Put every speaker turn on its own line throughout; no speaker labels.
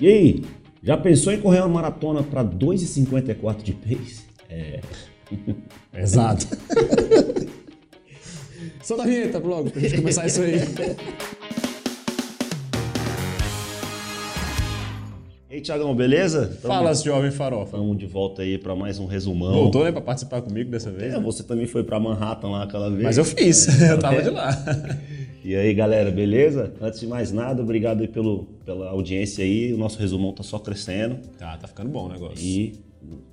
E aí, já pensou em correr uma maratona para 2,54 de pace? É.
Exato. Solta a vinheta logo pra gente começar isso aí.
Ei, Tiagão, beleza? Tamo-
Fala, jovem farofa.
Tamo de volta aí para mais um resumão.
Voltou, né, pra participar comigo dessa vez? É,
É, você também foi para Manhattan lá aquela vez.
Mas eu fiz, eu tava de lá.
E aí, galera, beleza? Antes de mais nada, obrigado aí pelo, pela audiência aí. O nosso resumão tá só crescendo.
Tá, tá ficando bom o negócio.
E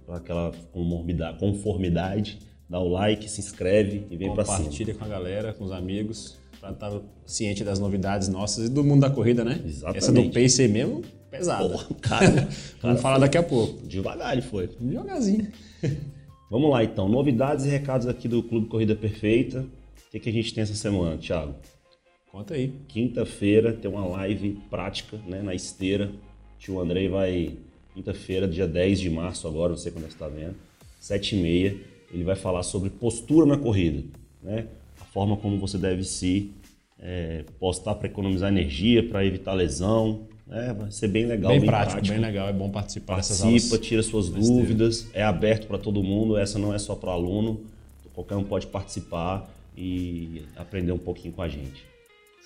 com aquela comorbida- conformidade, dá o like, se inscreve e vem para cima.
Compartilha com a galera, com os amigos, pra estar ciente das novidades nossas e do mundo da corrida, né?
Exatamente.
Essa do pace aí mesmo, pesada.
Porra, cara. cara,
Vamos falar daqui a pouco.
devagar ele foi.
Jogazinho.
Vamos lá então, novidades e recados aqui do Clube Corrida Perfeita. O que, que a gente tem essa semana, Thiago?
Conta aí.
Quinta-feira tem uma live prática né, na esteira. Tio Andrei vai, quinta-feira, dia 10 de março, agora, não sei quando é você está vendo, 7h30. Ele vai falar sobre postura na corrida, né? A forma como você deve se é, postar para economizar energia, para evitar lesão. Né? Vai ser bem legal,
bem, prático, bem legal. É bom participar dessas
Participa,
aulas.
tira suas dúvidas, é aberto para todo mundo, essa não é só para aluno, qualquer um pode participar e aprender um pouquinho com a gente.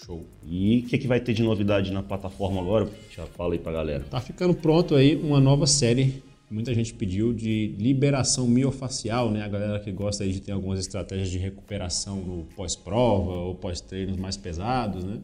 Show.
E o que, que vai ter de novidade na plataforma agora? Já fala aí pra galera.
Tá ficando pronto aí uma nova série que muita gente pediu de liberação miofacial, né? A galera que gosta aí de ter algumas estratégias de recuperação no pós-prova ou pós-treinos mais pesados, né?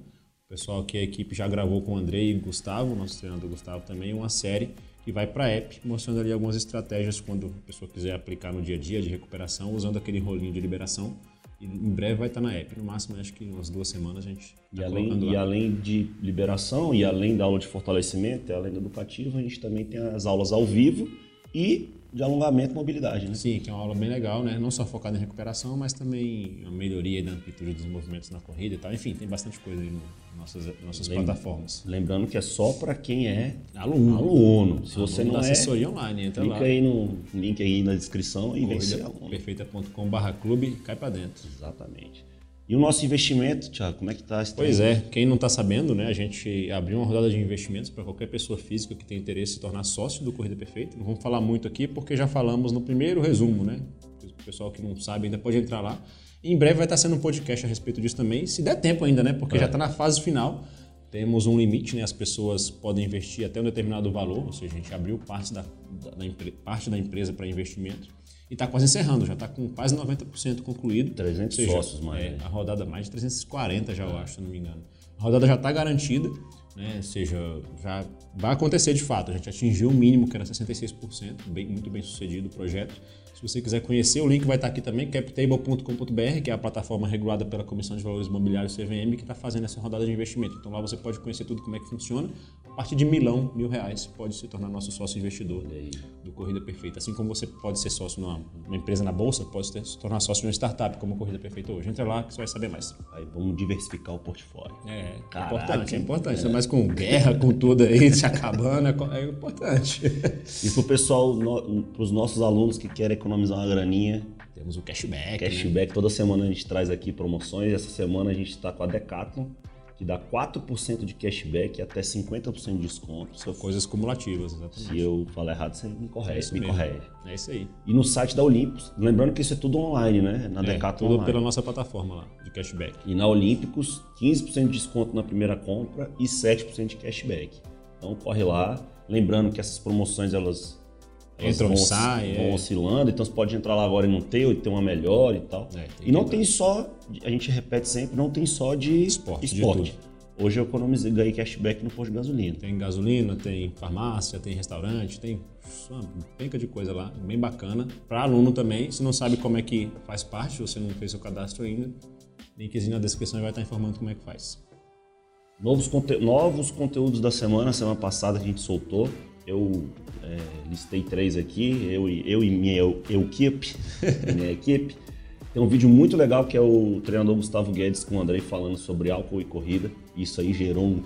O pessoal aqui, a equipe já gravou com o Andrei e o Gustavo, nosso treinador Gustavo também, uma série que vai para a app, mostrando ali algumas estratégias quando a pessoa quiser aplicar no dia a dia de recuperação, usando aquele rolinho de liberação. E em breve vai estar na app, no máximo acho que umas duas semanas a gente
E
tá
além,
colocando
e
lá.
além de liberação, e além da aula de fortalecimento, e além do educativo, a gente também tem as aulas ao vivo e de alongamento e mobilidade, né?
Sim, que é uma aula bem legal, né? Não só focada em recuperação, mas também a melhoria da amplitude dos movimentos na corrida e tal. Enfim, tem bastante coisa aí no- nossas, nossas plataformas.
Lembrando que é só para quem é
Aluno.
aluno. Se você
Aluno
não
da
é,
assessoria online, entra lá.
clica aí no link aí na descrição e vem ser aluno.
Perfeita.com.br clube, cai pra dentro.
Exatamente. E o nosso investimento, Thiago, como é que tá? esse
Pois
trem?
é, quem não está sabendo, né, a gente abriu uma rodada de investimentos para qualquer pessoa física que tem interesse em se tornar sócio do Corrida Perfeita. Não vamos falar muito aqui porque já falamos no primeiro resumo, né? O pessoal que não sabe ainda pode entrar lá. E em breve vai estar sendo um podcast a respeito disso também, se der tempo ainda, né? Porque já está na fase final. Temos um limite, né? As pessoas podem investir até um determinado valor, ou seja, a gente abriu parte da, da- da empre- parte da empresa para investimento e está quase encerrando, já está com quase 90% concluído.
300
Ou
sócios, mais,
é,
né?
a rodada mais de 340 já, eu acho, se eu não me engano. A rodada já está garantida, né? Ou seja, já vai acontecer de fato. A gente atingiu o mínimo, que era 66%, bem, muito bem sucedido o projeto. Se você quiser conhecer, o link vai estar aqui também, captable.com.br, que é a plataforma regulada pela Comissão de Valores Imobiliários CVM, que está fazendo essa rodada de investimento. Então lá você pode conhecer tudo como é que funciona. A partir de milão, mil reais, você pode se tornar nosso sócio investidor do Corrida Perfeita. Assim como você pode ser sócio numa, numa empresa na bolsa, pode ter- se tornar sócio de uma startup como a Corrida Perfeita hoje. Entra lá que você vai saber mais.
Aí vamos diversificar o portfólio.
É,
Caraca,
importante, é
hein?
importante. Ainda mais com guerra, com tudo aí, se acabando, é co- é importante.
E pro pessoal, no, pros nossos alunos que querem economizar uma graninha,
Temos o cashback, né?
cashback, toda semana a gente traz aqui promoções. Essa semana a gente tá com a Decathlon, que dá 4% de cashback e até 50% de desconto. Se eu, for-
coisas cumulativas, exatamente.
se eu falar errado, você me
É
corrige,
isso
me
mesmo.
corrige.
É isso aí.
E no site da Olympus, lembrando que isso é tudo online, né? Na
É,
Decathlon
tudo
online.
pela nossa plataforma lá, de cashback.
E na Olímpicos, 15% de desconto na primeira compra e 7% de cashback. Então corre lá. Lembrando que essas promoções elas, elas
Entram,
vão,
saem,
vão
é.
oscilando, então você pode entrar lá agora e não ter, ou ter uma melhor e tal.
É, tem
e não
que-
tem só, a gente repete sempre, não tem só de
Esporte, de
Hoje eu economizei, ganhei cashback no posto de gasolina.
Tem gasolina, tem farmácia, tem restaurante, tem uma penca de coisa lá, bem bacana. Para aluno também, se não sabe como é que faz parte, se você não fez seu cadastro ainda, linkzinho na descrição e vai estar informando como é que faz.
Novos, conte- novos conteúdos da semana, semana passada a gente soltou. Eu é, listei três aqui, eu, e- eu e minha eu, equipe, minha equipe. Tem um vídeo muito legal que é o treinador Gustavo Guedes com o Andrei falando sobre álcool e corrida. Isso aí gerou um,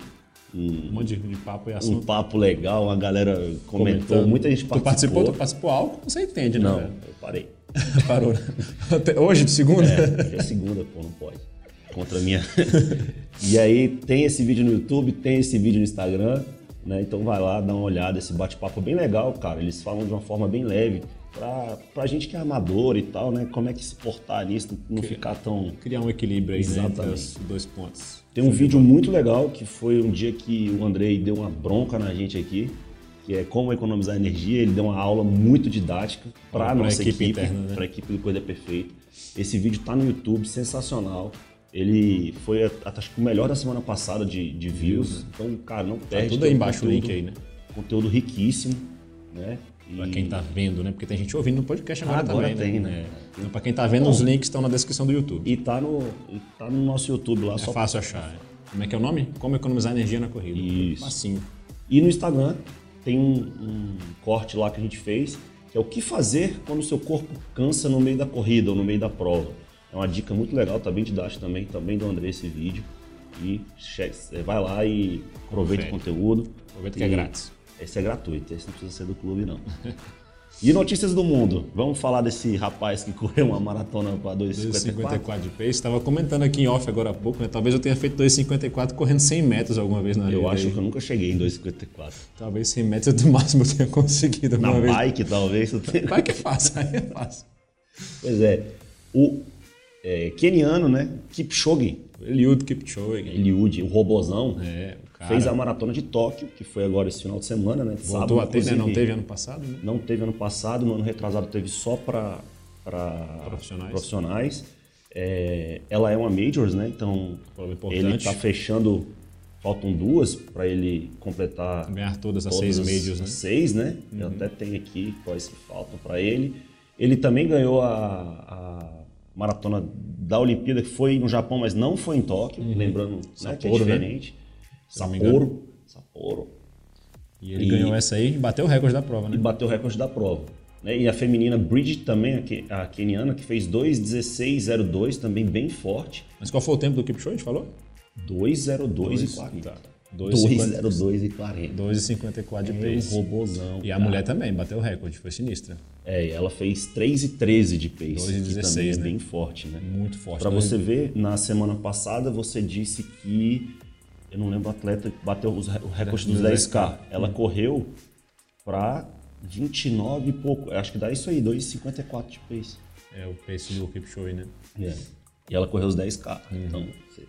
Um monte de, de papo e
um
assunto.
papo legal, a galera comentou,
comentando.
muita gente
Tu participou,
participou.
tu participou algo, você entende, né?
Não,
velho?
eu parei.
Parou. né? Até Hoje, de segunda?
Hoje é segunda, pô, não pode. Contra a minha. e aí tem esse vídeo no YouTube, tem esse vídeo no Instagram. né? Então vai lá, dá uma olhada, esse bate-papo é bem legal, cara. Eles falam de uma forma bem leve, pra, pra gente que é amador e tal, né? Como é que se portar nisso, não
Que-
ficar tão...
Criar um equilíbrio aí, né? Entre
Exatamente.
os dois pontos.
Tem um vídeo
né?
muito legal que foi um dia que o Andrei deu uma bronca na gente aqui, que é como economizar energia. Ele deu uma aula muito didática para
Pra
a nossa
equipe
equipe,
interna, né?
para a equipe do Coisa Perfeita. Esse vídeo tá no YouTube, sensacional. Ele foi, a- acho que o melhor da semana passada de, de views. Então, cara, não
Tá
perde.
tudo
tem
aí
um
embaixo o link aí, né?
Conteúdo riquíssimo, né? E
Pra quem tá vendo, né? Porque tem gente ouvindo no podcast agora,
Agora
também,
tem,
né?
né?
É. Então, pra quem tá vendo, os links estão na descrição do YouTube.
E tá no, e tá no nosso YouTube lá,
É
só
fácil achar. é. Como é que é o nome? Como economizar energia na corrida. assim?
Isso.
Facinho.
E no Instagram tem um, um corte lá que a gente fez, que é o que fazer quando o seu corpo cansa no meio da corrida ou no meio da prova. É uma dica muito legal, tá bem didático também, também do André esse vídeo. E che- eh, vai lá e aproveita
Confere.
o conteúdo.
Aproveita que é
E
grátis.
Esse é gratuito, esse não precisa ser do clube, não. E notícias do mundo. Vamos falar desse rapaz que correu uma maratona para 2,54?
2,54 de pace. Estava comentando aqui em off agora há pouco, né? Talvez eu tenha feito 2,54 correndo 100 metros alguma vez na
Eu
vida
acho
aí.
que eu nunca cheguei em 2,54.
Talvez 100 metros é do máximo que eu tenha conseguido
Na
alguma vez.
bike, talvez. eu tenha-
Vai que é fácil, aí é fácil.
Pois é, o é, keniano, né, Kipchoge,
Eliud Kipchoge.
Eliud, o robozão,
É, o cara.
fez a maratona de Tóquio, que foi agora esse final de semana, né?
Voltou a ter, né? Não
inclusive.
teve ano passado, né?
Não teve ano passado, no ano retrasado teve só para
Profissionais.
profissionais. É, ela é uma majors, né? Então
Prova
ele
importante.
está fechando, faltam duas para ele completar
Ganhar todas as
todas
seis
as-
majors, né?
as Seis, né? Eu até tenho aqui quais que faltam para ele. Ele também ganhou a, a maratona da Olimpíada, que foi no Japão, mas não foi em Tóquio, lembrando né, que é
Uhum. Sapporo, né?
diferente.
Se não me
Sapporo, Sapporo.
E ele
E-
ganhou essa aí e bateu o recorde da prova,
E
né?
bateu o recorde da prova. né? E a feminina Bridget também, a que- a keniana, que fez 2,16,02, também bem forte.
Mas qual foi o tempo do Kipchoge, a gente falou?
2,02 e 40.
Tá. 2,50
2,02 e 40.
2,54 de
É um
pace.
robozão.
E a
cara.
mulher também bateu o recorde, foi sinistra.
É, e ela fez 3 e 13 de pace,
2 e
que
16,
também é
né?
bem forte, né?
Muito forte.
Pra
Dois-
você ver, na semana passada você disse que eu não lembro o atleta que bateu os re- o recorde dos
Dos
10k.
Hum.
Ela correu pra 29 e pouco, acho que dá isso aí, 2,54 de pace.
É o pace do Kipchoge, né?
É. E ela correu os 10k.
Uhum.
Então, você,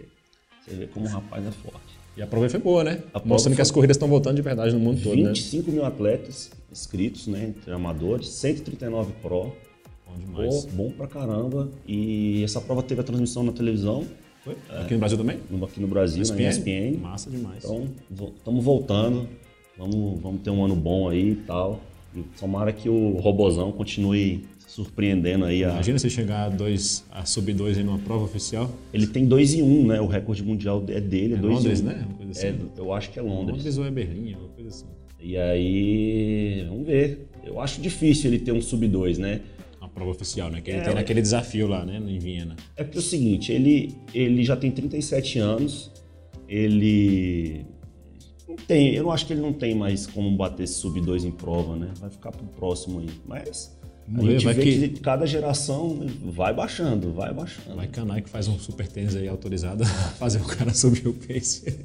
você vê como o rapaz é forte.
E a prova aí foi boa, né?
prova
Mostrando que
foi-
as corridas estão voltando de verdade no mundo todo, né?
25 mil atletas inscritos, né, entre amadores, 139 pro,
Bom demais.
bom, bom pra caramba. E essa prova teve a transmissão na televisão,
Foi? Aqui no Brasil também?
no- aqui no Brasil, na ESPN.
Massa demais.
Então, estamos voltando. Vamos, vamos ter um ano bom aí e tal. E tomara que o Robozão continue surpreendendo aí. A...
Imagina se chegar a, dois, a sub 2 em uma prova oficial.
Ele tem 2 em 1, um, né? O recorde mundial é dele,
É
2
Londres,
em 1.
né? Uma coisa assim.
É, eu acho que é Londres.
Londres ou é Berlim, uma coisa assim.
E aí, vamos ver. Eu acho difícil ele ter um sub 2, né?
Uma prova oficial, né? Que ele
É,
tem
ué.
naquele desafio lá, né? Em Viena.
É porque é o seguinte, ele, ele já tem 37 anos, ele não tem, eu não acho que ele não tem mais como bater esse sub 2 em prova, né? Vai ficar pro próximo aí. Mas a
Vamos ver,
gente
vai
vê
que-
que... cada geração vai baixando, vai baixando.
Vai que a Nike faz um super tênis aí autorizado a fazer o cara subir o pace.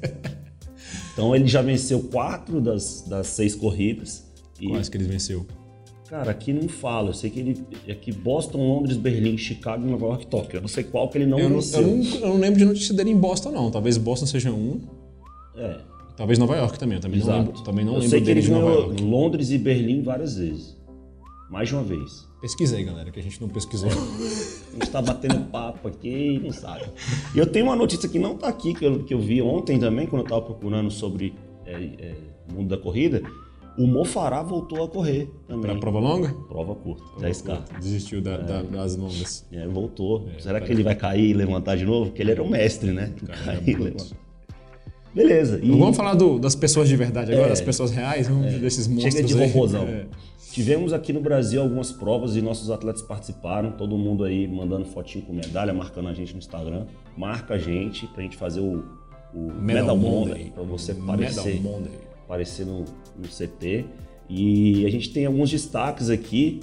Então ele já venceu quatro das, das seis corridas. E,
Quase que ele venceu.
cara, aqui não fala. Eu sei que ele. Aqui Boston, Londres, Berlim, Chicago, Nova York, Tóquio. Eu não sei qual que ele não
Eu não,
venceu.
eu, não, eu não lembro de notícia dele em Boston, não. Talvez Boston seja um.
É,
Talvez Nova York também. Eu também
exato.
não lembro, também não
eu
lembro
sei que
dele
ele
de Nova
ganhou
York.
Londres e Berlim várias vezes. Mais de uma vez.
Pesquisei, galera, que a gente não pesquisou.
A gente tá batendo papo aqui e não sabe. E eu tenho uma notícia que não tá aqui, que eu, que eu vi ontem também, quando eu tava procurando sobre é, é, mundo da corrida. O Mofará voltou a correr
Pra
também.
prova longa?
Prova curta, 10K.
Desistiu da- da- das longas.
É, voltou. Será que ele vai cair e levantar de novo? Porque ele era um mestre, né?
Cara,
Cair e
é muito.
levantar. Beleza. E
Não Então, vamos falar do- das pessoas de verdade agora,
É.
das pessoas reais, vamos desses monstros.
chega de
aí.
robozão.
É.
Tivemos aqui no Brasil algumas provas e nossos atletas participaram. Todo mundo aí mandando fotinho com medalha, marcando a gente no Instagram. Marca a gente pra gente fazer o, o Medal Monday, pra você aparecer,
Medal Monday.
aparecer no, no CT. E a gente tem alguns destaques aqui,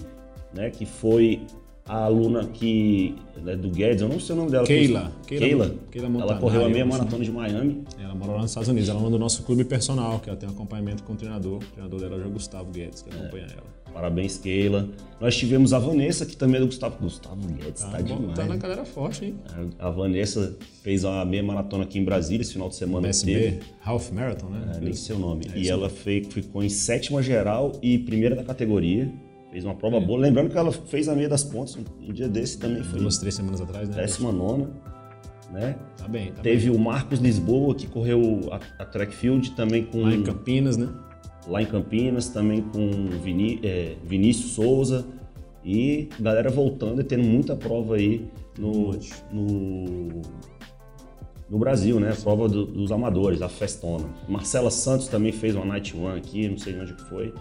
né? Que foi A aluna que é do Guedes, eu não sei o nome dela.
Keila.
Keila.
Keila- Keila
ela
Montanari,
correu a meia
eu não sei.
maratona de Miami.
Ela mora lá nos Estados Unidos, ela manda o nosso clube personal, que ela tem um acompanhamento com o treinador. O treinador dela é o Gustavo Guedes, que acompanha
É.
ela.
Parabéns, Keila. Nós tivemos a Vanessa, que também é do Gustavo. Gustavo Guedes, tá,
Tá bom,
demais.
Tá na galera forte, hein?
A a Vanessa fez a meia maratona aqui em Brasília esse final de semana. teve.
PSB, Half Marathon, né?
É, nem sei o nome. e ela fe- ficou em sétima geral e primeira da categoria. Fez uma
É.
prova boa. Lembrando que ela fez a meia das pontes um, um dia desse também foi
Duas, três semanas atrás, né?
décima nona, né?
Tá bem, tá
Teve o Marcos Lisboa, que correu a, a track field também com...
bem. Lá em Campinas, né?
lá em Campinas, também com Viní é, Vinícius Souza e galera voltando e tendo muita prova aí no, no, no Brasil, né? A prova do- dos amadores, a festona. Marcela Santos também fez uma Night Run aqui, não sei onde que foi.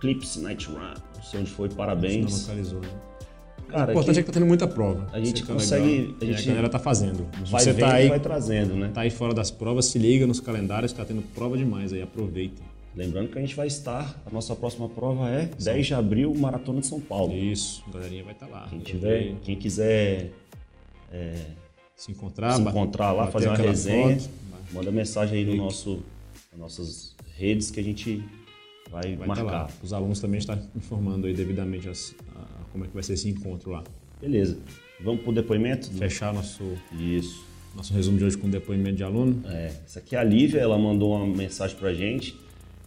Clips Night Run, não sei onde foi,
Não
parabéns.
localizou, né? o
Cara,
importante
que
é que tá tendo muita prova.
A gente
Isso que é
consegue-
legal.
a
E
gente
a galera tá fazendo. Se
vai
você
vendo,
tá aí,
vai trazendo, né?
tá aí fora das provas, se liga nos calendários, que tá tendo prova demais aí. Aproveita.
Lembrando que a gente vai estar, a nossa próxima prova é 10 de abril, Maratona de São Paulo.
Isso, a galerinha vai estar lá.
Quem, tiver, quem quiser
Se encontrar,
se
ba-
encontrar lá,
bater
fazer uma
Ah, aquela
resenha,
foto.
manda mensagem aí no nosso, nas nossas redes que a gente vai,
Vai estar
marcar.
lá. Os alunos também estão informando aí devidamente as- a- como é que vai ser esse encontro lá.
Beleza. Vamos pro depoimento?
Fechar nosso,
Isso.
nosso resumo de hoje com depoimento de aluno.
É, essa aqui é a Lívia, ela mandou uma mensagem pra gente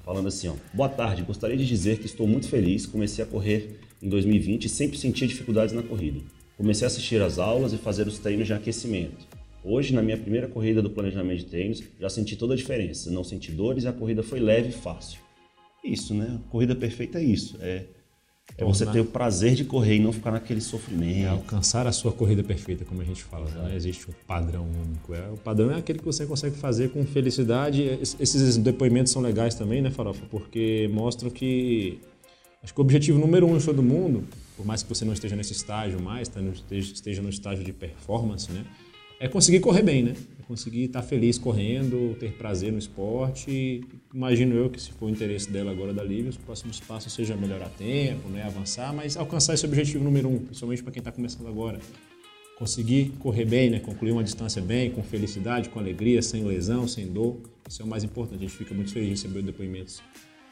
falando assim, ó. Boa tarde, gostaria de dizer que estou muito feliz, comecei a correr em 2020 e sempre sentia dificuldades na corrida. Comecei a assistir às aulas e fazer os treinos de aquecimento. Hoje, na minha primeira corrida do planejamento de treinos, já senti toda a diferença, não senti dores e a corrida foi leve e fácil. Isso, né? A corrida perfeita é isso, é, é você ter o prazer de correr e não ficar naquele
É
sofrimento.
alcançar a sua corrida perfeita, como a gente fala. Não existe um padrão único. É, o padrão é aquele que você consegue fazer com felicidade. Es- Esses depoimentos são legais também, né, Farofa? Porque mostram que. Acho que o objetivo número um de todo mundo, por mais que você não esteja nesse estágio mais, tá, não esteja, esteja no estágio de performance, né? É conseguir correr bem, né? É conseguir estar feliz correndo, ter prazer no esporte. E Imagino eu que se for o interesse dela agora da Lívia, os próximos passos seja melhorar tempo, né? avançar, mas alcançar esse objetivo número um, principalmente para quem está começando agora. Conseguir correr bem, né? concluir uma distância bem, com felicidade, com alegria, sem lesão, sem dor. Isso é o mais importante. A gente fica muito feliz de receber depoimentos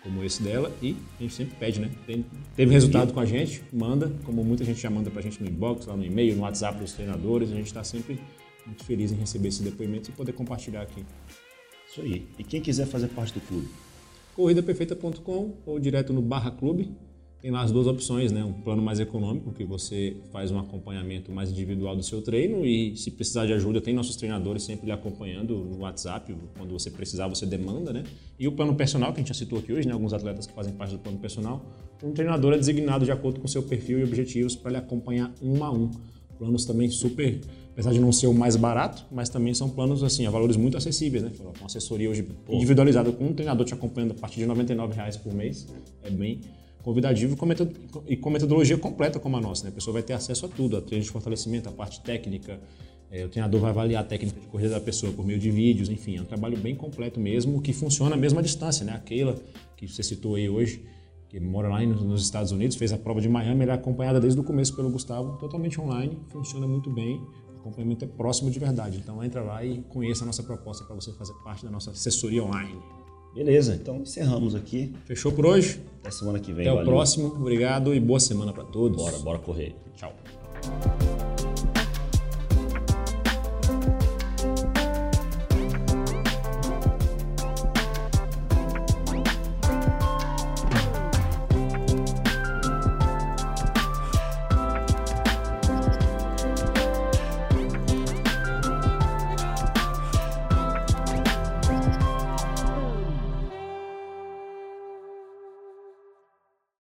como esse dela e a gente sempre pede, né? Tem- teve resultado com a gente, manda, como muita gente já manda pra gente no inbox, lá no e-mail, no WhatsApp dos treinadores. A gente está sempre muito feliz em receber esses depoimentos e poder compartilhar aqui.
Isso aí. E quem quiser fazer parte do clube?
corridaperfeita.com ou direto no Barra Clube. Tem lá as duas opções, né? Um plano mais econômico, que você faz um acompanhamento mais individual do seu treino e se precisar de ajuda, tem nossos treinadores sempre lhe acompanhando no WhatsApp, quando você precisar, você demanda, né? E o plano personal, que a gente já citou aqui hoje, né? Alguns atletas que fazem parte do plano personal, um treinador é designado de acordo com seu perfil e objetivos para lhe acompanhar um a um planos também super, apesar de não ser o mais barato, mas também são planos assim, a valores muito acessíveis, né? Farofa? Uma assessoria hoje individualizada com um treinador te acompanhando a partir de R$ 99 reais por mês, é bem convidativo e com meto- e com metodologia completa como a nossa, né? A pessoa vai ter acesso a tudo, a treinos de fortalecimento, a parte técnica, é, o treinador vai avaliar a técnica de corrida da pessoa por meio de vídeos, enfim, é um trabalho bem completo mesmo, que funciona mesmo à distância, né? A Keila, que você citou aí hoje, que mora lá nos nos Estados Unidos, fez a prova de Miami, ela é acompanhada desde o começo pelo Gustavo, totalmente online, funciona muito bem, o acompanhamento é próximo de verdade. Então entra lá e conheça a nossa proposta para você fazer parte da nossa assessoria online.
Beleza, então encerramos aqui.
Fechou por hoje?
Até semana que vem.
Até o
valeu.
próximo, obrigado e boa semana para todos.
Bora, bora correr.
Tchau.